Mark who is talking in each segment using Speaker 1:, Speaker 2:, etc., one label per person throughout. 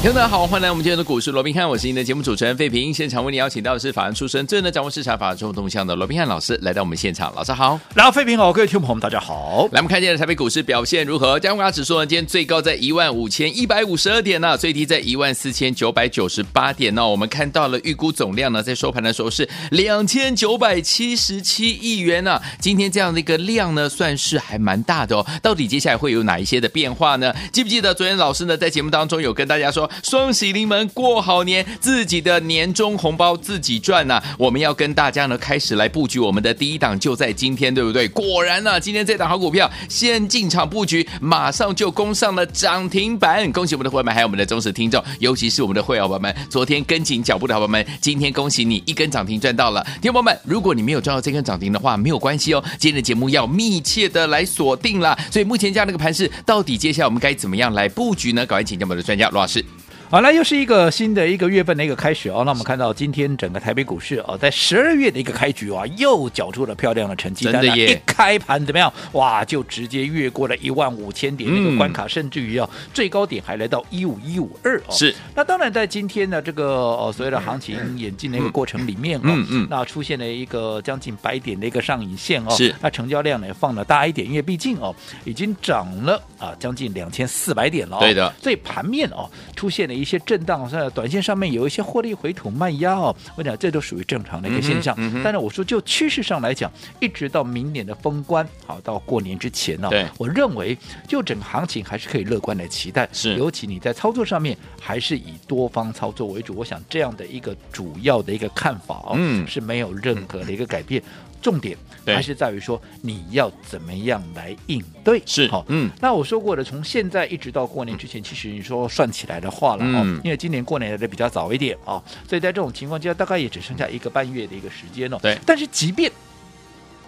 Speaker 1: 听众大家好，欢迎来我们今天的股市罗宾汉，我是您的节目主持人费平。现场为您邀请到的是法案出身、最能掌握市场法案中动向的罗宾汉老师，来到我们现场。老师好，
Speaker 2: 然后，费平好，各位听众朋友们，大家好。
Speaker 1: 来我们看一下台北股市表现如何？加权股价指数呢，今天最高在一万五千一百五十二点呢、最低在一万四千九百九十八点呢、我们看到了预估总量呢，在收盘的时候是两千九百七十七亿元呢、今天这样的一个量呢，算是还蛮大的哦。到底接下来会有哪一些的变化呢？记不记得昨天老师呢在节目当中有跟大家说，双喜临门过好年，自己的年终红包自己赚呐、我们要跟大家呢开始来布局我们的第一档，就在今天，对不对？果然呢、今天这档好股票先进场布局，马上就攻上了涨停板。恭喜我们的伙伴们，还有我们的忠实听众，尤其是我们的会员伙伴们，昨天跟紧脚步的伙伴们，今天恭喜你一根涨停赚到了。听众朋友们，如果你没有赚到这根涨停的话，没有关系哦，今天的节目要密切的来锁定啦。所以目前这样的一个盘势，到底接下来我们该怎么样来布局呢？赶快请教我们的专家罗老师。
Speaker 2: 好，那又是一个新的一个月份的一个开始哦。那我们看到今天整个台北股市哦，在十二月的一个开局啊，又缴出了漂亮的成绩单、啊，
Speaker 1: 真的耶
Speaker 2: 一开盘怎么样？哇，就直接越过了一万五千点
Speaker 1: 嗯
Speaker 2: 那个关卡，甚至于啊，最高点还来到一五一五二哦。
Speaker 1: 是。
Speaker 2: 那当然，在今天呢，这个哦所谓的行情演进的一个过程里面哦，
Speaker 1: 嗯嗯
Speaker 2: 那出现了一个将近百点的一个上影线哦，
Speaker 1: 是
Speaker 2: 那成交量呢也放的大一点，因为毕竟哦已经涨了啊将近两千四百点了、哦。
Speaker 1: 对的
Speaker 2: 所以盘面哦出现了一些震荡，在短线上面有一些获利回吐卖压哦，我讲这都属于正常的一个现象。
Speaker 1: 嗯哼嗯哼
Speaker 2: 但是我说就趋势上来讲，一直到明年的封关，好到过年之前呢、
Speaker 1: 对
Speaker 2: 我认为就整个行情还是可以乐观的期待。
Speaker 1: 是
Speaker 2: 尤其你在操作上面还是以多方操作为主，我想这样的一个主要的一个看法哦，
Speaker 1: 嗯
Speaker 2: 是没有任何的一个改变。重点
Speaker 1: 对
Speaker 2: 还是在于说你要怎么样来应对，
Speaker 1: 是
Speaker 2: 好，
Speaker 1: 嗯
Speaker 2: 那我说过的，从现在一直到过年之前，其实你说算起来的话了、
Speaker 1: 嗯
Speaker 2: 哦，因为今年过年来的比较早一点啊、哦，所以在这种情况之下，大概也只剩下一个半月的一个时间了、哦。
Speaker 1: 对
Speaker 2: 但是即便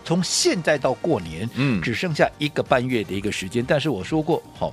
Speaker 2: 从现在到过年，
Speaker 1: 嗯
Speaker 2: 只剩下一个半月的一个时间，但是我说过，好、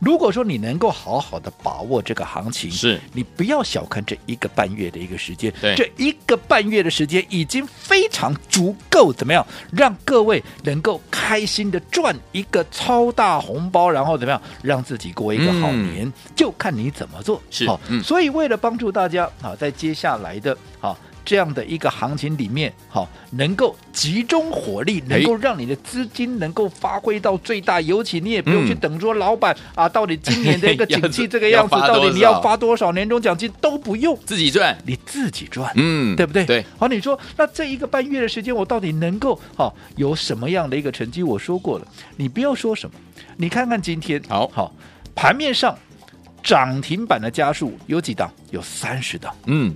Speaker 2: 如果说你能够好好的把握这个行情，
Speaker 1: 是
Speaker 2: 你不要小看这一个半月的一个时间，
Speaker 1: 对
Speaker 2: 这一个半月的时间已经非常足够，怎么样让各位能够开心的赚一个超大红包，然后怎么样让自己过一个好年，就看你怎么做。
Speaker 1: 嗯是
Speaker 2: 好、
Speaker 1: 嗯
Speaker 2: 所以为了帮助大家啊，在接下来的啊。这样的一个行情里面，好、能够集中火力，
Speaker 1: 哎
Speaker 2: 能够让你的资金能够发挥到最大，尤其你也不用去
Speaker 1: 嗯
Speaker 2: 等说老板、啊，到底 今年的一个
Speaker 1: 要
Speaker 2: 景气这个
Speaker 1: 要
Speaker 2: 样子，
Speaker 1: 发
Speaker 2: 到底
Speaker 1: 多
Speaker 2: 你
Speaker 1: 少
Speaker 2: 要发多少年终奖金都不用，
Speaker 1: 自己赚，
Speaker 2: 你自己赚，
Speaker 1: 嗯
Speaker 2: 对不对？
Speaker 1: 对，
Speaker 2: 好，你说那这一个半月的时间，我到底能够好、有什么样的一个成绩？我说过了，你不要说什么，你看看今天，
Speaker 1: 好
Speaker 2: 好，盘面上涨停板的家数有几档？有三十档。
Speaker 1: 嗯，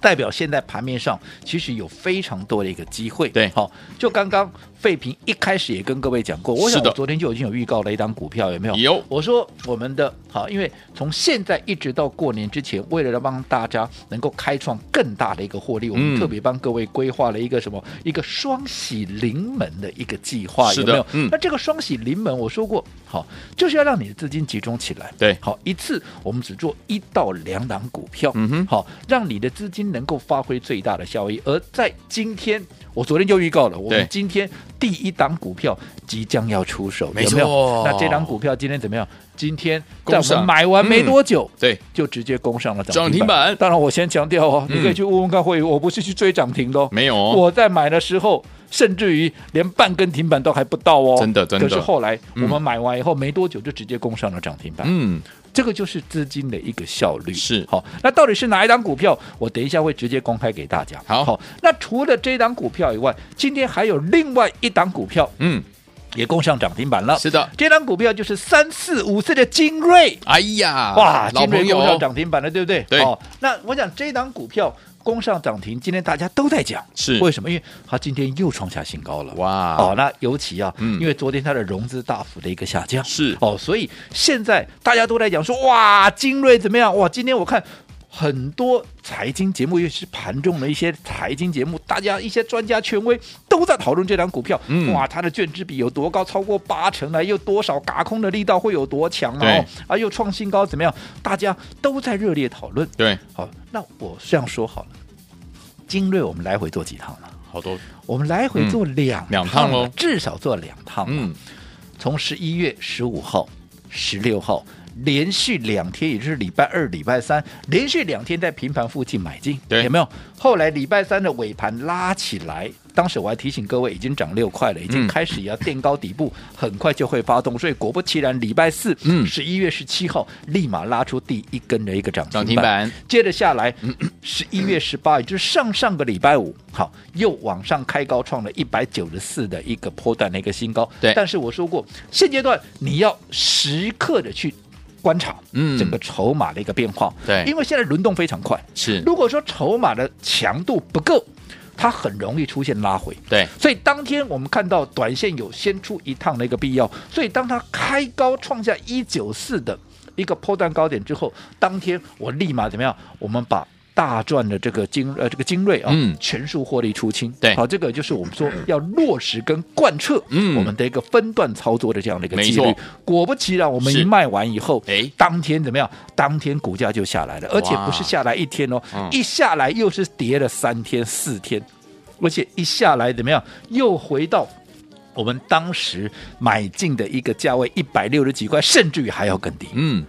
Speaker 2: 代表现在盘面上其实有非常多的一个机会。
Speaker 1: 对
Speaker 2: 好、就刚刚费平一开始也跟各位讲过，我
Speaker 1: 是
Speaker 2: 想
Speaker 1: 的
Speaker 2: 我昨天就已经有预告了一档股票，有没有？
Speaker 1: 有
Speaker 2: 我说我们的好，因为从现在一直到过年之前，为了帮大家能够开创更大的一个获利，我
Speaker 1: 嗯
Speaker 2: 们特别帮各位规划了一个什么？一个双喜临门的一个计划，
Speaker 1: 是
Speaker 2: 有
Speaker 1: 的
Speaker 2: 没有？
Speaker 1: 嗯
Speaker 2: 那这个双喜临门，我说过，好，就是要让你的资金集中起来。
Speaker 1: 对
Speaker 2: 好，一次我们只做一到两档股票，
Speaker 1: 嗯哼
Speaker 2: 好，让你的资金能够发挥最大的效益。而在今天，我昨天就预告了，我
Speaker 1: 对
Speaker 2: 们今天第一档股票即将要出手，
Speaker 1: 没
Speaker 2: 有没有
Speaker 1: 错？
Speaker 2: 那这档股票今天怎么样？今天
Speaker 1: 攻
Speaker 2: 在我
Speaker 1: 上
Speaker 2: 们买完没多久，
Speaker 1: 对，
Speaker 2: 就直接攻上了
Speaker 1: 嗯涨
Speaker 2: 涨
Speaker 1: 停
Speaker 2: 停
Speaker 1: 板
Speaker 2: 当然，我先强调哦，
Speaker 1: 嗯
Speaker 2: 你可以去问问看会员，我不是去追涨停的哦。
Speaker 1: 没有哦，
Speaker 2: 我在买的时候，甚至于连半根停板都还不到哦。
Speaker 1: 真的真的
Speaker 2: 可是后来我
Speaker 1: 嗯
Speaker 2: 们买完以后没多久，就直接攻上了涨停板。
Speaker 1: 嗯，
Speaker 2: 这个就是资金的一个效率。
Speaker 1: 是
Speaker 2: 好，那到底是哪一档股票？我等一下会直接公开给大家。
Speaker 1: 好
Speaker 2: 那除了这档股票以外，今天还有另外一档股票
Speaker 1: 嗯，
Speaker 2: 也攻上涨停板了。
Speaker 1: 是的，
Speaker 2: 这档股票就是三四五四的精锐，
Speaker 1: 哎呀，
Speaker 2: 哇，
Speaker 1: 老
Speaker 2: 精锐
Speaker 1: 朋
Speaker 2: 攻上
Speaker 1: 友，
Speaker 2: 涨停板了，对不对？
Speaker 1: 对
Speaker 2: 好，那我想这档股票攻上涨停，今天大家都在讲，
Speaker 1: 是
Speaker 2: 为什么？因为它今天又创下新高了。
Speaker 1: 哇
Speaker 2: 哦，那尤其啊，
Speaker 1: 嗯
Speaker 2: 因为昨天它的融资大幅的一个下降，
Speaker 1: 是
Speaker 2: 哦，所以现在大家都在讲说，哇，精锐怎么样？哇，今天我看。很多财经节目，尤其是盘中的一些财经节目，大家一些专家权威都在讨论这张股票。
Speaker 1: 嗯
Speaker 2: 哇，它的卷值比有多高？超过八成了，又多少？嘎空的力道会有多强啊？
Speaker 1: 对
Speaker 2: 哦啊，又创新高，怎么样？大家都在热烈讨论。
Speaker 1: 对，
Speaker 2: 好，那我这样说好了，精锐我们来回做几趟了？
Speaker 1: 好多，
Speaker 2: 我们来回做两
Speaker 1: 嗯两趟
Speaker 2: 趟了
Speaker 1: 喽
Speaker 2: 至少做两趟。
Speaker 1: 嗯，
Speaker 2: 从十一月十五号、十六号连续两天，也就是礼拜二、礼拜三，连续两天在平盘附近买进，
Speaker 1: 对
Speaker 2: 有没有？后来礼拜三的尾盘拉起来，当时我还提醒各位，已经涨六块了，已经
Speaker 1: 嗯
Speaker 2: 开始要垫高底部，很快就会发动。所以果不其然，礼拜四，
Speaker 1: 嗯
Speaker 2: 十一月十七号立马拉出第一根的一个涨
Speaker 1: 涨
Speaker 2: 停
Speaker 1: 停板
Speaker 2: 接着下来，十一月十八，也就是上上个礼拜五，好，又往上开高，创了一百九十四的一个波段的一个新高。
Speaker 1: 对
Speaker 2: 但是我说过，现阶段你要时刻的去观察，
Speaker 1: 嗯
Speaker 2: 整个筹码的一个变化，
Speaker 1: 对
Speaker 2: 因为现在轮动非常快，
Speaker 1: 是，
Speaker 2: 如果说筹码的强度不够，它很容易出现拉回。
Speaker 1: 对，
Speaker 2: 所以当天我们看到短线有先出一趟的一个必要，所以当它开高创下一九四的一个破段高点之后，当天我立马怎么样？我们把大赚的这个精呃这个精锐啊，
Speaker 1: 嗯
Speaker 2: 全数获利出清。
Speaker 1: 对
Speaker 2: 好，这个就是我们说要落实跟贯彻
Speaker 1: 嗯
Speaker 2: 我们的一个分段操作的这样的一个纪
Speaker 1: 没
Speaker 2: 律
Speaker 1: 错。
Speaker 2: 果不其然，我们
Speaker 1: 是
Speaker 2: 一卖完以后，
Speaker 1: 哎
Speaker 2: 当天怎么样？当天股价就下来了，而且
Speaker 1: 哇
Speaker 2: 不是下来一天哦，
Speaker 1: 嗯
Speaker 2: 一下来又是跌了三天四天。而且一下来怎么样，又回到。我们当时买进的一个价位一百六十几块，甚至于还要更低。
Speaker 1: 嗯，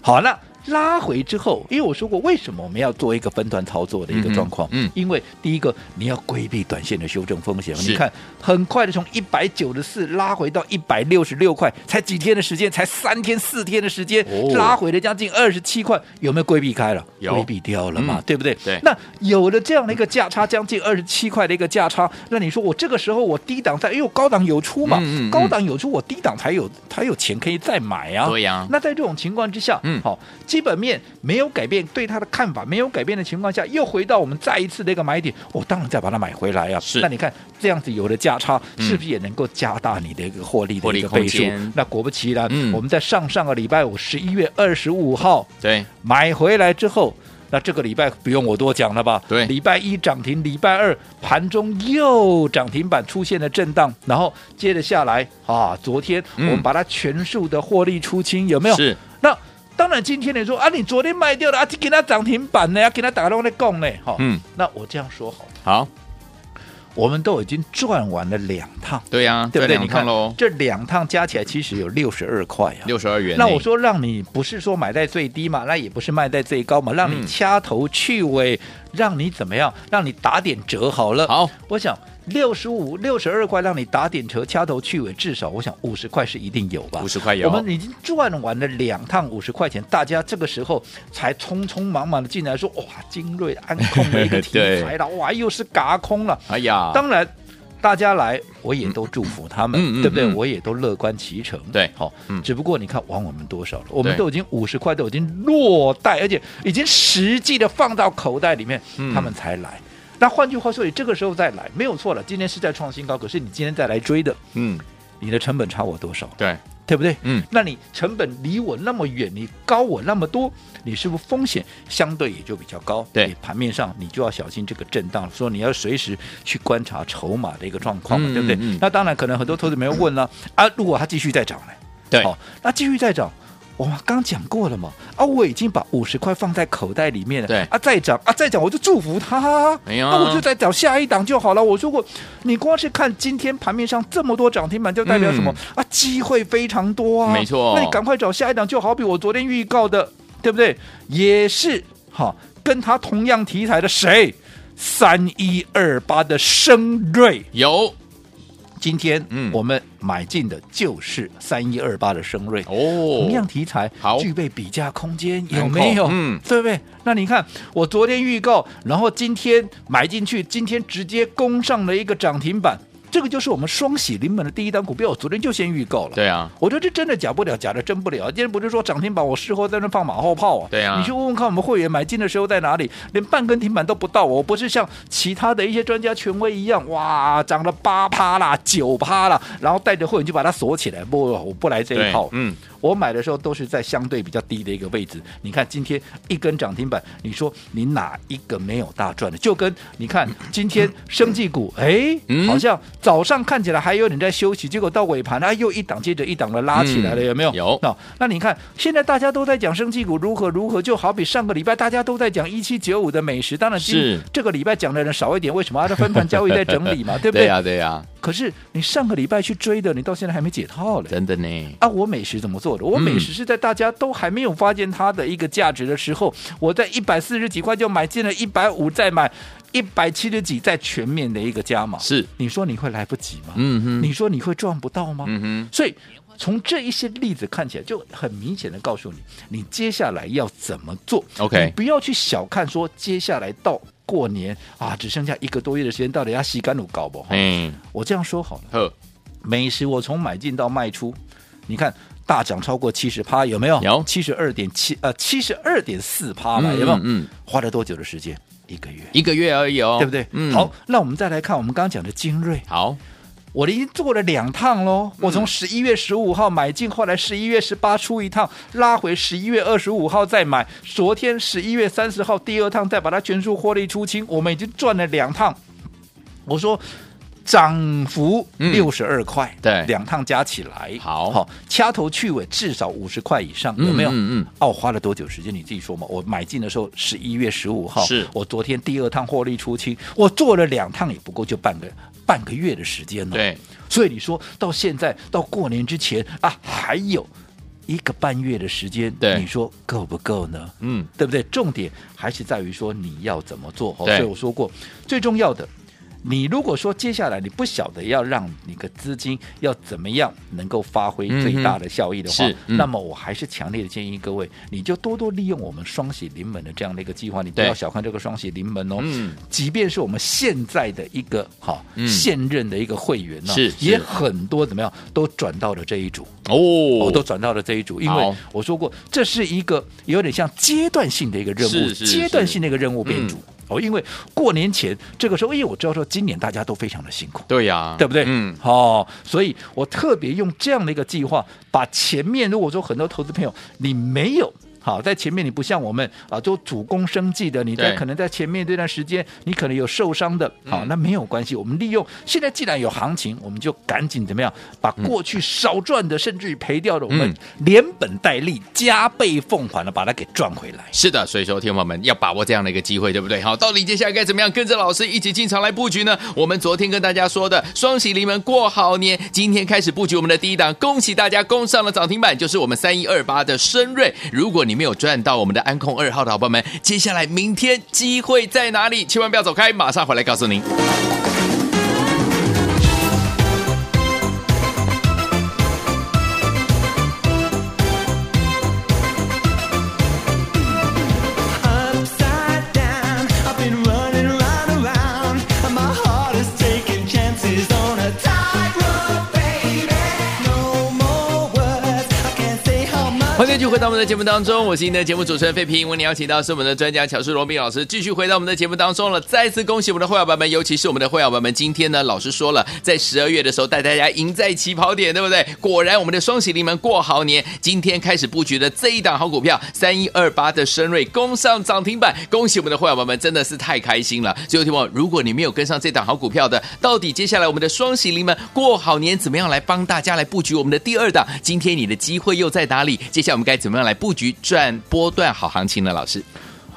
Speaker 2: 好，那拉回之后，因为我说过，为什么我们要做一个分段操作的一
Speaker 1: 嗯
Speaker 2: 个
Speaker 1: 哼
Speaker 2: 状况？
Speaker 1: 嗯
Speaker 2: 因为第一个你要规避短线的修正风险。
Speaker 1: 是
Speaker 2: 你看，很快的从一百九十四拉回到一百六十六块，才几天的时间，才三天四天的时间，
Speaker 1: 哦
Speaker 2: 拉回了将近二十七块，有没有规避开了？
Speaker 1: 有
Speaker 2: 规避掉了嘛，
Speaker 1: 嗯
Speaker 2: 对不对？
Speaker 1: 对
Speaker 2: 那有了这样的一个价差，将近二十七块的一个价差，那你说我这个时候我低档在，因为我高档有出嘛，
Speaker 1: 嗯嗯嗯
Speaker 2: 高档有出，我低档才有才有钱可以再买啊呀、
Speaker 1: 对呀
Speaker 2: 那在这种情况之下，
Speaker 1: 嗯
Speaker 2: 好、基本面没有改变，对它的看法没有改变的情况下，又回到我们再一次的一个买点，我、当然再把它买回来啊。
Speaker 1: 是嗯
Speaker 2: 那你看这样子有了价差，是不是也能够加大你的一个获利
Speaker 1: 获
Speaker 2: 的
Speaker 1: 利
Speaker 2: 一个倍
Speaker 1: 空
Speaker 2: 数
Speaker 1: 间？
Speaker 2: 那果不其然，
Speaker 1: 嗯
Speaker 2: 我们在上上个礼拜五，十一月二十五号
Speaker 1: 对，
Speaker 2: 买回来之后。那这个礼拜不用我多讲了吧？
Speaker 1: 对
Speaker 2: 礼拜一涨停，礼拜二盘中又涨停板出现了震荡，然后接着下来啊，昨天我
Speaker 1: 嗯
Speaker 2: 们把它全数的获利出清，有没有？
Speaker 1: 是，
Speaker 2: 那当然，今天你说啊，你昨天卖掉了啊，给它涨停板呢，啊，给它打到在供呢，哈、
Speaker 1: 嗯，
Speaker 2: 那我这样说好了，
Speaker 1: 好，
Speaker 2: 我们都已经赚完了两趟，
Speaker 1: 对呀，
Speaker 2: 对不
Speaker 1: 赚
Speaker 2: 对？
Speaker 1: 两
Speaker 2: 你
Speaker 1: 趟
Speaker 2: 看
Speaker 1: 喽，
Speaker 2: 这两趟加起来其实有六十二块呀、
Speaker 1: 六十二元呢，
Speaker 2: 那我说让你不是说买在最低嘛，那也不是卖在最高嘛，让
Speaker 1: 嗯
Speaker 2: 你掐头去尾，让你怎么样？让你打点折好了。
Speaker 1: 好，
Speaker 2: 我想六十五、六十二块让你打点折，掐头去尾，至少我想五十块是一定有吧
Speaker 1: 五。十块
Speaker 2: 我
Speaker 1: 有，
Speaker 2: 们已经赚完了两趟五十块钱，大家这个时候才匆匆忙忙的进来说，哇，精锐安控的一 个题
Speaker 1: 对
Speaker 2: 材了，哇，又是嘎空了。
Speaker 1: 哎呀，
Speaker 2: 当然，大家来，我也都祝福他们，
Speaker 1: 嗯嗯嗯
Speaker 2: 对不对？
Speaker 1: 嗯
Speaker 2: 我也都乐观其成。
Speaker 1: 对
Speaker 2: 好、
Speaker 1: 嗯
Speaker 2: 只不过你看还我们多少了？我们
Speaker 1: 对
Speaker 2: 都已经五十块，都已经落袋，而且已经实际的放到口袋里面，
Speaker 1: 嗯
Speaker 2: 他们才来。那换句话说，你这个时候再来没有错了。今天是在创新高，可是你今天再来追的，
Speaker 1: 嗯，
Speaker 2: 你的成本差我多少？
Speaker 1: 对，
Speaker 2: 对不对？
Speaker 1: 嗯，
Speaker 2: 那你成本离我那么远，你高我那么多，你是不是风险相对也就比较高？
Speaker 1: 对
Speaker 2: 你盘面上你就要小心这个震荡，说你要随时去观察筹码的一个状况嘛，
Speaker 1: 嗯
Speaker 2: 对不对？
Speaker 1: 嗯嗯
Speaker 2: 那当然，可能很多投资朋友问了、啊，如果它继续再涨呢？
Speaker 1: 对
Speaker 2: 好、那继续再涨。我们刚讲过了嘛，啊，我已经把五十块放在口袋里面了，
Speaker 1: 对
Speaker 2: 啊，再涨啊，再涨，我就祝福他啊，
Speaker 1: 哎呀
Speaker 2: 那我就再找下一档就好了。我说过，你光是看今天盘面上这么多涨停板，就代表什么、
Speaker 1: 嗯
Speaker 2: 啊？机会非常多啊。啊
Speaker 1: 没错
Speaker 2: 那你赶快找下一档，就好比我昨天预告的，对不对？也是哈，跟他同样题材的谁？三一二八的升瑞，
Speaker 1: 有
Speaker 2: 今天
Speaker 1: 嗯
Speaker 2: 我们买进的就是三一二八的升瑞。
Speaker 1: 哦，
Speaker 2: 同样题材，
Speaker 1: 好
Speaker 2: 具备比价空间，
Speaker 1: 难
Speaker 2: 有没有
Speaker 1: 控？嗯
Speaker 2: 对不对？那你看，我昨天预告，然后今天买进去，今天直接攻上了一个涨停板，这个就是我们双喜临门的第一单股票，我昨天就先预告了。
Speaker 1: 对啊，
Speaker 2: 我觉得这真的假不了，假的真不了。今天不是说涨停板，我事后在那放马后炮啊？
Speaker 1: 对啊
Speaker 2: 你去问问看我们会员买进的时候在哪里，连半根停板都不到哦。我不是像其他的一些专家权威一样，哇，涨了八趴啦、九趴啦，然后带着会员就把它锁起来。不，我不来这一
Speaker 1: 对
Speaker 2: 套。
Speaker 1: 嗯，
Speaker 2: 我买的时候都是在相对比较低的一个位置。你看今天一根涨停板，你说你哪一个没有大赚的？就跟你看今天生技股，哎
Speaker 1: 嗯，
Speaker 2: 好像早上看起来还有点在休息，结果到尾盘啊又一档接着一档的拉起来了，
Speaker 1: 嗯
Speaker 2: 有没有？
Speaker 1: 有
Speaker 2: 那那你看现在大家都在讲生技股如何如何，就好比上个礼拜大家都在讲一七九五的美食，当然
Speaker 1: 是
Speaker 2: 今这个礼拜讲的人少一点，为什么？啊，这分盘交易在整 理嘛，对不
Speaker 1: 对啊呀，对
Speaker 2: 对？
Speaker 1: 呀，
Speaker 2: 可是你上个礼拜去追的，你到现在还没解套嘞。
Speaker 1: 真的呢，
Speaker 2: 啊，我美食怎么做的？我美
Speaker 1: 嗯
Speaker 2: 食是在大家都还没有发现它的一个价值的时候，我在一百四十几块就买进了，一百五再买，一百七十几再全面的一个加码。
Speaker 1: 是，
Speaker 2: 你说你会来不及吗？
Speaker 1: 嗯哼，
Speaker 2: 你说你会赚不到吗？
Speaker 1: 嗯哼，
Speaker 2: 所以从这一些例子看起来，就很明显的告诉你，你接下来要怎么做。
Speaker 1: OK
Speaker 2: 你不要去小看说接下来到过年啊，只剩下一个多月的时间，到底要吸干乳搞不好？
Speaker 1: 哎，
Speaker 2: 我这样说好了。
Speaker 1: 呵，
Speaker 2: 美食我从买进到卖出，你看大涨超过七十趴，有没有？
Speaker 1: 有
Speaker 2: 七十二点七呃七十二点四趴嘛，
Speaker 1: 嗯
Speaker 2: 有没有？
Speaker 1: 嗯，
Speaker 2: 花了多久的时间？一个月，
Speaker 1: 一个月而已哦，
Speaker 2: 对不对？
Speaker 1: 嗯，
Speaker 2: 好，，那我们再来看我们刚刚讲的精锐，
Speaker 1: 好，
Speaker 2: 我已经做了两趟喽。
Speaker 1: 嗯
Speaker 2: 我从十一月十五号买进，后来十一月十八出一趟，拉回十一月二十五号再买，昨天十一月三十号第二趟再把它全数获利出清，我们已经赚了两趟。我说涨幅
Speaker 1: 嗯
Speaker 2: 六十二块、
Speaker 1: 对
Speaker 2: 两趟加起来，
Speaker 1: 好
Speaker 2: 好掐头去尾至少五十块以上，有没有？
Speaker 1: 嗯嗯嗯
Speaker 2: 哦，花了多久时间？你自己说嘛。我买进的时候十一月十五号，
Speaker 1: 是
Speaker 2: 我昨天第二趟获利出清，我做了两趟也不够，就半个半个月的时间呢。
Speaker 1: 对，
Speaker 2: 所以你说到现在到过年之前啊，还有一个半月的时间，
Speaker 1: 对
Speaker 2: 你说够不够呢？
Speaker 1: 嗯，
Speaker 2: 对不对？重点还是在于说你要怎么做。哦
Speaker 1: 对
Speaker 2: 所以我说过，最重要的，你如果说接下来你不晓得要让你的资金要怎么样能够发挥
Speaker 1: 嗯哼
Speaker 2: 最大的效益的话，
Speaker 1: 是嗯
Speaker 2: 那么我还是强烈的建议各位，你就多多利用我们双喜临门的这样的一个计划，你不
Speaker 1: 对
Speaker 2: 要小看这个双喜临门哦。
Speaker 1: 嗯
Speaker 2: 即便是我们现在的一个好、
Speaker 1: 嗯
Speaker 2: 现任的一个会员呢、
Speaker 1: 是
Speaker 2: 啊也
Speaker 1: 是
Speaker 2: 很多怎么样都转到了这一组。
Speaker 1: 哦
Speaker 2: 我都转到了这一组，因为
Speaker 1: 好
Speaker 2: 我说过，这是一个有点像阶段性的一个任务，
Speaker 1: 是是
Speaker 2: 阶段性的一个任务
Speaker 1: 是嗯
Speaker 2: 编组。哦，因为过年前这个时候，因为我知道说今年大家都非常的辛苦，
Speaker 1: 对呀，
Speaker 2: 对不对？
Speaker 1: 嗯，，
Speaker 2: 哦，所以我特别用这样的一个计划，把前面如果说很多投资朋友你没有。好，在前面你不像我们啊，做主攻生计的，你在
Speaker 1: 对嗯
Speaker 2: 可能在前面这段时间，你可能有受伤的，好，那没有关系，我们利用现在既然有行情，我们就赶紧怎么样，把过去少赚的，甚至于赔掉的，我们
Speaker 1: 嗯
Speaker 2: 连本带利、加倍奉还的，把它给赚回来。
Speaker 1: 是的，所以说，听众朋友们要把握这样的一个机会，对不对？好，到底接下来该怎么样跟着老师一起进场来布局呢？我们昨天跟大家说的双喜临门过好年，今天开始布局我们的第一档，恭喜大家攻上了涨停板，就是我们三一二八的深瑞。如果你没有赚到我们的安控二号的好朋友们，接下来明天机会在哪里？千万不要走开，马上回来告诉您。
Speaker 3: upside down. I've been running round and round, and my heart is taking chances on a tightrope, baby. No more words. I can't say how much.
Speaker 1: 欢迎继续回到我们的节目当中，我是您的节目主持人费平。为您邀请到是我们的专家乔世荣斌老师，继续回到我们的节目当中了。再次恭喜我们的会员版们，尤其是我们的会员版们，今天呢，老师说了，在十二月的时候带大家赢在起跑点，对不对？果然我们的双喜临门过好年，今天开始布局的这一档好股票三一二八的深瑞攻上涨停板，恭喜我们的会员版们，真的是太开心了。最后听我，如果你没有跟上这档好股票的，到底接下来我们的双喜临门过好年怎么样来帮大家来布局我们的第二档？今天你的机会又在哪里？接下来我们该怎么样来布局赚波段好行情呢？老师，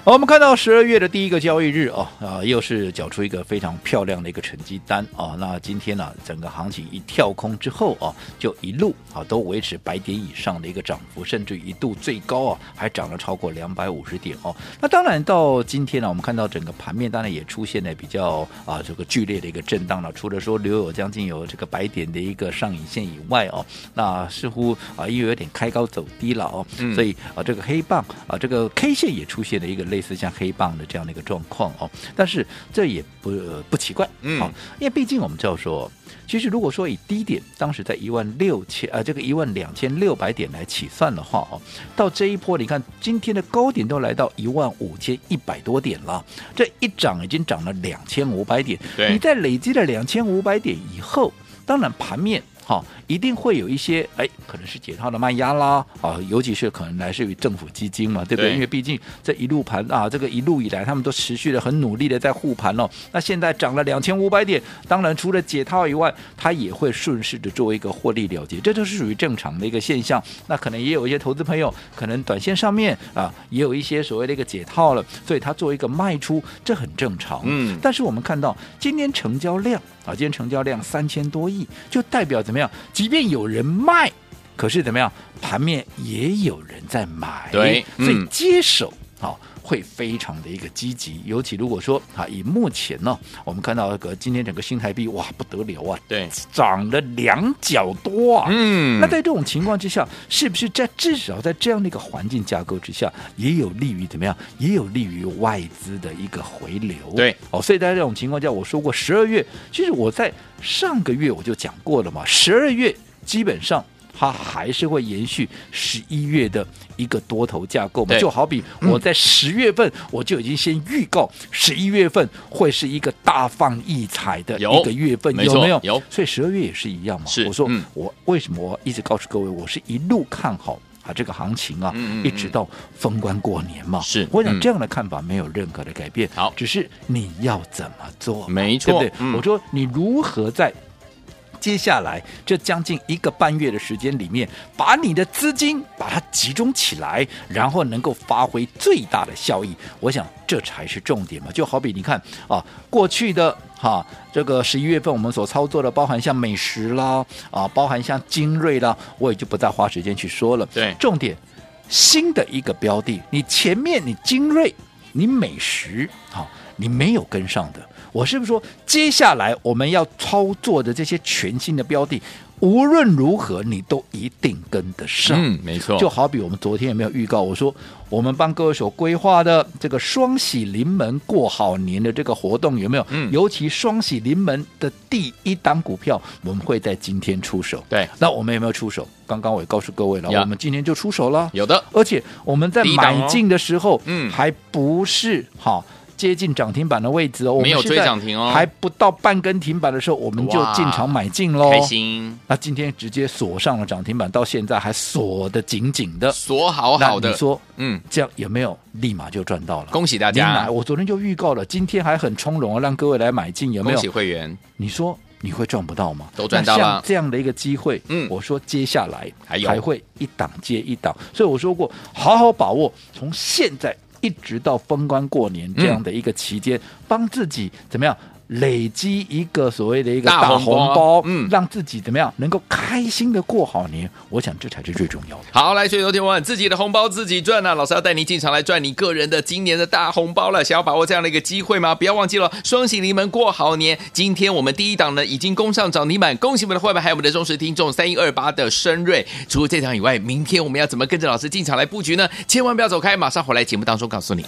Speaker 2: 好，我们看到十二月的第一个交易日哦，啊、又是缴出一个非常漂亮的一个成绩单哦。那今天呢、整个行情一跳空之后啊，就一路啊都维持百点以上的一个涨幅，甚至一度最高啊还涨了超过两百五十点哦。那当然到今天呢、我们看到整个盘面当然也出现了比较啊这个剧烈的一个震荡了。除了说留有将近有这个百点的一个上影线以外哦，那似乎啊又有点开高走低了哦，
Speaker 1: 嗯
Speaker 2: 所以啊这个黑棒啊这个 K 线也出现了一个类。类似像黑棒的这样的一个状况哦。但是这也不、呃不奇怪，
Speaker 1: 嗯
Speaker 2: 好因为毕竟我们知道说，其实如果说以低点，当时在一万六千呃这个一万两千六百点来起算的话哦，到这一波你看今天的高点都来到一万五千一百多点了，这一涨已经涨了两千五百点，
Speaker 1: 对
Speaker 2: 你在累积了两千五百点以后，当然盘面。哈、一定会有一些哎，可能是解套的卖压啦，啊，尤其是可能来自于政府基金嘛，对不对？
Speaker 1: 对
Speaker 2: 因为毕竟这一路盘啊，这个一路以来他们都持续的很努力的在护盘哦。那现在涨了两千五百点，当然除了解套以外，它也会顺势的做一个获利了结，这就是属于正常的一个现象。那可能也有一些投资朋友，可能短线上面啊，也有一些所谓的一个解套了，所以它做一个卖出，这很正常。
Speaker 1: 嗯
Speaker 2: 但是我们看到今天成交量啊，今天成交量三千多亿，就代表怎么样？即便有人卖，可是怎么样？盘面也有人在买，
Speaker 1: 对嗯
Speaker 2: 哎所以接手啊。会非常的一个积极，尤其如果说啊，以目前呢、我们看到那个今天整个新台币哇不得了啊，
Speaker 1: 对，
Speaker 2: 涨了两角多啊，
Speaker 1: 嗯
Speaker 2: 那在这种情况之下，是不是在至少在这样的一个环境架构之下，也有利于怎么样？也有利于外资的一个回流。
Speaker 1: 对，
Speaker 2: 哦，所以在这种情况下，我说过十二月，其实我在上个月我就讲过了嘛，十二月基本上。它还是会延续十一月的一个多头架构嘛，
Speaker 1: 对嗯
Speaker 2: 就好比我在十月份我就已经先预告十一月份会是一个大放异彩的
Speaker 1: 有
Speaker 2: 一个月份，
Speaker 1: 没
Speaker 2: 有
Speaker 1: 错
Speaker 2: 没有？
Speaker 1: 有
Speaker 2: 所以十二月也是一样嘛。
Speaker 1: 是
Speaker 2: 我说、
Speaker 1: 嗯
Speaker 2: 我为什么我一直告诉各位，我是一路看好啊这个行情啊，
Speaker 1: 嗯嗯嗯
Speaker 2: 一直到封关过年嘛。
Speaker 1: 是
Speaker 2: 我想
Speaker 1: 嗯
Speaker 2: 这样的看法没有任何的改变。
Speaker 1: 好
Speaker 2: 只是你要怎么做嘛，
Speaker 1: 没错
Speaker 2: 对不对？
Speaker 1: 嗯
Speaker 2: 我说你如何在。接下来这将近一个半月的时间里面，把你的资金把它集中起来，然后能够发挥最大的效益，我想这才是重点嘛。就好比你看啊，过去的哈、这个十一月份我们所操作的，包含像美食啦，啊，包含像精锐啦，我也就不再花时间去说了。
Speaker 1: 对
Speaker 2: 重点新的一个标的，你前面你精锐，你美食，好、你没有跟上的，我是不是说接下来我们要操作的这些全新的标的，无论如何你都一定跟得上？
Speaker 1: 嗯，没错，
Speaker 2: 就好比我们昨天有没有预告，我说我们帮各位所规划的这个双喜临门过好年的这个活动有没有？
Speaker 1: 嗯
Speaker 2: 尤其双喜临门的第一档股票，我们会在今天出手。
Speaker 1: 对
Speaker 2: 那我们有没有出手？刚刚我也告诉各位了，
Speaker 1: 呀
Speaker 2: 我们今天就出手了。
Speaker 1: 有的，
Speaker 2: 而且我们在
Speaker 1: 低档哦
Speaker 2: 买进的时候，
Speaker 1: 嗯
Speaker 2: 还不是哈。接近涨停板的位置哦，我们
Speaker 1: 没有
Speaker 2: 是
Speaker 1: 追
Speaker 2: 在
Speaker 1: 涨停哦
Speaker 2: 还不到半根停板的时候，我们就
Speaker 1: 哇
Speaker 2: 进场买进喽，
Speaker 1: 开心，
Speaker 2: 那今天直接锁上了涨停板，到现在还锁得紧紧的，
Speaker 1: 锁好哦好
Speaker 2: 那
Speaker 1: 的
Speaker 2: 你，说
Speaker 1: 嗯，
Speaker 2: 这样有没有立马就赚到了？
Speaker 1: 恭喜大
Speaker 2: 你
Speaker 1: 家
Speaker 2: 买，，我昨天就预告了，今天还很从容啊，让各位来买进，有没
Speaker 1: 恭
Speaker 2: 有
Speaker 1: 喜？会员，
Speaker 2: 你说你会赚不到吗？
Speaker 1: 都赚到了
Speaker 2: 那像这样的一个机会，
Speaker 1: 嗯
Speaker 2: 我说接下来
Speaker 1: 还有
Speaker 2: 会一档接一档，所以我说过，好好把握从现在一直到封关过年这样的一个期间，帮自己怎么样？累积一个所谓的一个
Speaker 1: 大
Speaker 2: 大
Speaker 1: 红
Speaker 2: 红
Speaker 1: 包
Speaker 2: 包，
Speaker 1: 嗯
Speaker 2: 让自己怎么样能够开心的过好年，我想这才是最重要的。
Speaker 1: 好，来，所以昨天问自己的红包自己赚呐、老师要带您进场来赚你个人的今年的大红包了。想要把握这样的一个机会吗？不要忘记了，双喜临门过好年。今天我们第一档呢已经攻上涨停板，恭喜我们的会员，还有我们的忠实听众三一二八的深瑞。除了这档以外，明天我们要怎么跟着老师进场来布局呢？千万不要走开，马上回来节目当中告诉你。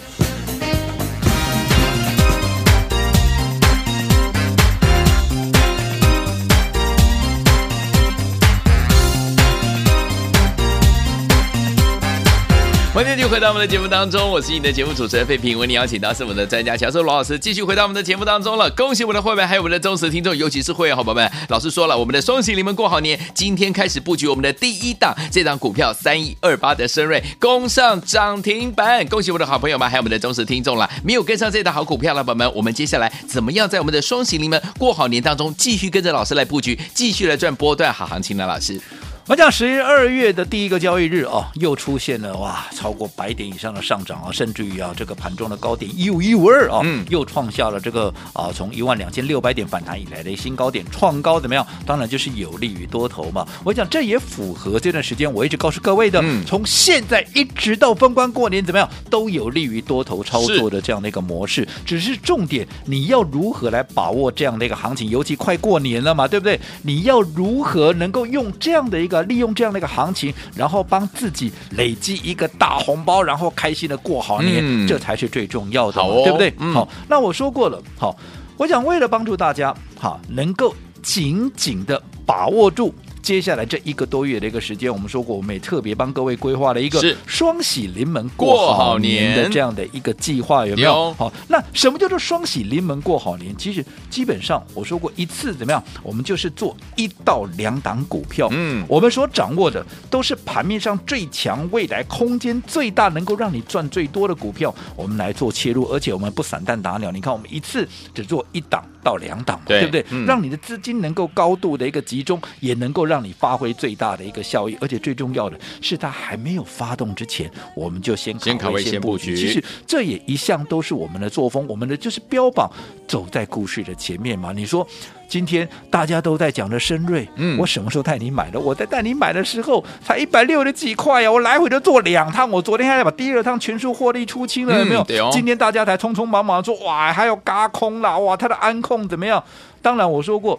Speaker 1: 欢迎继续回到我们的节目当中，我是你的节目主持人费平，为你邀请到是我们的专家乔硕罗老师，继续回到我们的节目当中了。恭喜我们的会员，还有我们的忠实听众，尤其是会员好宝贝们。老师说了，我们的双喜临门过好年，今天开始布局我们的第一档，这档股票三一二八的深瑞攻上涨停板，恭喜我们的好朋友们，还有我们的忠实听众啦。没有跟上这档好股票了，宝宝们，我们接下来怎么样在我们的双喜临门过好年当中，继续跟着老师来布局，继续来赚波段好行情呢？老师，
Speaker 2: 我讲十二月的第一个交易日哦，又出现了哇，超过百点以上的上涨啊，甚至于啊，这个盘中的高点一五一五二啊，
Speaker 1: 嗯
Speaker 2: 又创下了这个啊，从一万两千六百点反弹以来的新高点，创高怎么样？当然就是有利于多头嘛。我讲这也符合这段时间我一直告诉各位的，
Speaker 1: 嗯
Speaker 2: 从现在一直到封关过年怎么样，都有利于多头操
Speaker 1: 是
Speaker 2: 作的这样的一个模式。只是重点，你要如何来把握这样的一个行情？尤其快过年了嘛，对不对？你要如何能够用这样的一个呃利用这样的一个行情，然后帮自己累积一个大红包，然后开心的过好年，
Speaker 1: 嗯
Speaker 2: 这才是最重要的嘛，
Speaker 1: 好哦
Speaker 2: 对不对？
Speaker 1: 嗯
Speaker 2: 好，那我说过了，好，我想为了帮助大家，哈，能够紧紧的把握住。接下来这一个多月的一个时间，我们说过，我们也特别帮各位规划了一个
Speaker 1: 是
Speaker 2: 双喜临门
Speaker 1: 过好
Speaker 2: 过好年的
Speaker 1: 年
Speaker 2: 这样的一个计划，有没有？
Speaker 1: 有
Speaker 2: 好，那什么叫做双喜临门过好年？其实基本上我说过一次怎么样，我们就是做一到两档股票，
Speaker 1: 嗯
Speaker 2: 我们所掌握的都是盘面上最强、未来空间最大、能够让你赚最多的股票，我们来做切入，而且我们不散弹打鸟。你看，我们一次只做一档到两档嘛，
Speaker 1: 对
Speaker 2: 不对？
Speaker 1: 嗯
Speaker 2: 让你的资金能够高度的一个集中，也能够让你发挥最大的一个效益。而且最重要的是，它还没有发动之前，我们就先
Speaker 1: 先卡位先
Speaker 2: 先
Speaker 1: 布
Speaker 2: 布
Speaker 1: 局
Speaker 2: 局。其实这也一向都是我们的作风，我们的就是标榜走在故事的前面嘛。你说今天大家都在讲着深瑞，
Speaker 1: 嗯
Speaker 2: 我什么时候带你买的？我在带你买的时候才一百六十几块呀、我来回就做两趟，我昨天还把第二趟全数获利出清了，有没有？
Speaker 1: 嗯对哦
Speaker 2: 今天大家才匆匆忙忙地说，哇，还有嘎空啦，哇，它的安控怎么样？当然我说过。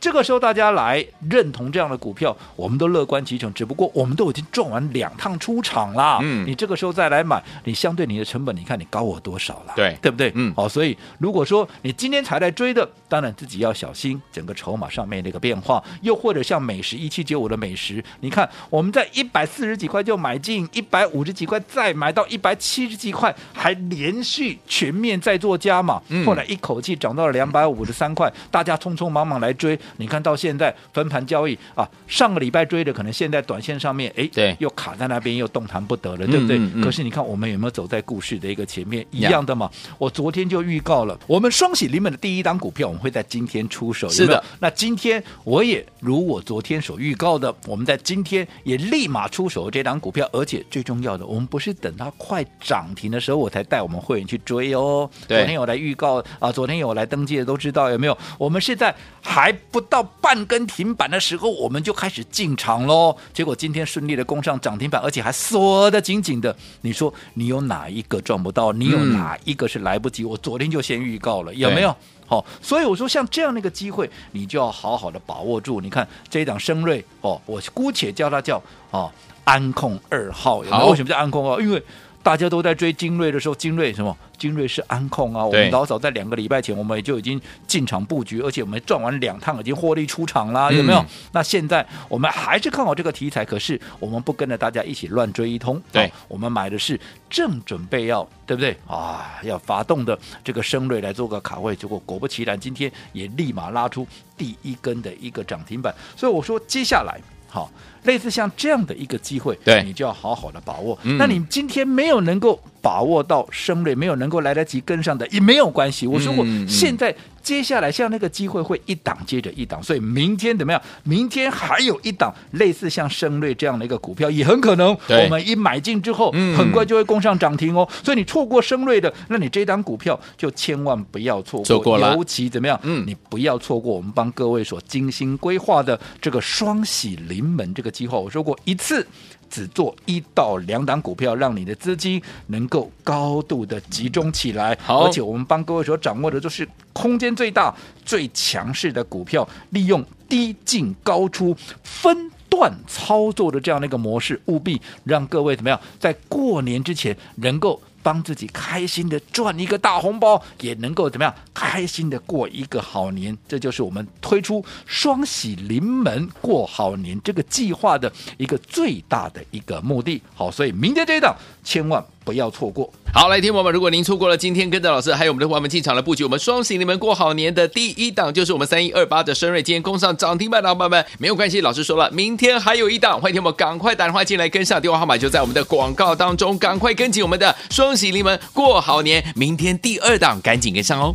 Speaker 2: 这个时候大家来认同这样的股票，我们都乐观其成。只不过我们都已经赚完两趟出场啦，
Speaker 1: 嗯
Speaker 2: 你这个时候再来买，你相对你的成本，你看你高我多少了，
Speaker 1: 对
Speaker 2: 对不对？
Speaker 1: 嗯
Speaker 2: 好、所以如果说你今天才来追的，当然自己要小心整个筹码上面的一个变化，又或者像美食一七九五的美食，你看我们在一百四十几块就买进，一百五十几块再买到一百七十几块，还连续全面在做加码，
Speaker 1: 嗯
Speaker 2: 后来一口气涨到了两百五十三块，大家匆匆忙忙来追，你看到现在分盘交易啊，上个礼拜追的，可能现在短线上面，哎，
Speaker 1: 对
Speaker 2: 又卡在那边，又动弹不得了，对不对？
Speaker 1: 嗯嗯
Speaker 2: 可是你看我们有没有走在故事的一个前面一
Speaker 1: 呀
Speaker 2: 样的嘛？我昨天就预告了，我们双喜临门的第一档股票，我们会在今天出手，有
Speaker 1: 是的
Speaker 2: 没有那今天我也如我昨天所预告的，我们在今天也立马出手这档股票，而且最重要的，我们不是等它快涨停的时候我才带我们会员去追哦。
Speaker 1: 对
Speaker 2: 昨天有来预告啊，昨天有来登记的都知道有没有？我们是在还不到半根停板的时候，我们就开始进场喽。结果今天顺利的攻上涨停板，而且还锁得紧紧的。你说你有哪一个赚不到？你有
Speaker 1: 嗯
Speaker 2: 哪一个是来不及？我昨天就先预告了，有
Speaker 1: 对
Speaker 2: 没有？好、所以我说像这样的一个机会，你就要好好的把握住。你看这一档升瑞哦，我姑且叫它叫哦安控二号，有没
Speaker 1: 好
Speaker 2: 有？为什么叫安控二号？因为大家都在追精锐的时候，精锐什么？精锐是安控啊。我
Speaker 1: 对
Speaker 2: 们老早在两个礼拜前，我们也就已经进场布局，而且我们赚完两趟已经获利出场啦，有没有？
Speaker 1: 嗯
Speaker 2: 那现在我们还是看好这个题材，可是我们不跟着大家一起乱追一通。
Speaker 1: 对
Speaker 2: 好我们买的是正准备要，对不对啊？要发动的这个升瑞来做个卡位，结果果不其然，今天也立马拉出第一根的一个涨停板。所以我说，接下来好，类似像这样的一个机会，
Speaker 1: 对
Speaker 2: 你就要好好的把握。
Speaker 1: 嗯
Speaker 2: 那你今天没有能够把握到升瑞，没有能够来得及跟上的，也没有关系。我说过
Speaker 1: 嗯嗯，
Speaker 2: 现在接下来像那个机会会一档接着一档，所以明天怎么样？明天还有一档类似像升瑞这样的一个股票，也很可能
Speaker 1: 对
Speaker 2: 我们一买进之后，
Speaker 1: 嗯
Speaker 2: 很快就会攻上涨停哦。所以你错过升瑞的，那你这档股票就千万不要错过，
Speaker 1: 错过了
Speaker 2: 尤其怎么样？
Speaker 1: 嗯
Speaker 2: 你不要错过我们帮各位所精心规划的这个双喜临门这个计划。我说过一次。只做一到两档股票，让你的资金能够高度的集中起来，
Speaker 1: 好
Speaker 2: 而且我们帮各位所掌握的就是空间最大、最强势的股票，利用低进高出分。段操作的这样的一个模式，务必让各位怎么样，在过年之前能够帮自己开心的赚一个大红包，也能够怎么样开心的过一个好年。这就是我们推出双喜临门过好年这个计划的一个最大的一个目的。好，所以明天这一档千万不要错过。
Speaker 1: 好，来，听众朋友们，如果您错过了今天跟着老师还有我们的伙伴们进场来布局我们双喜临门过好年的第一档，就是我们三一二八的深瑞，今天攻上涨停板的伙伴们，没有关系，老师说了，明天还有一档，欢迎听我们赶快打电话进来跟上，电话号码就在我们的广告当中，赶快跟紧我们的双喜临门过好年，明天第二档赶紧跟上哦。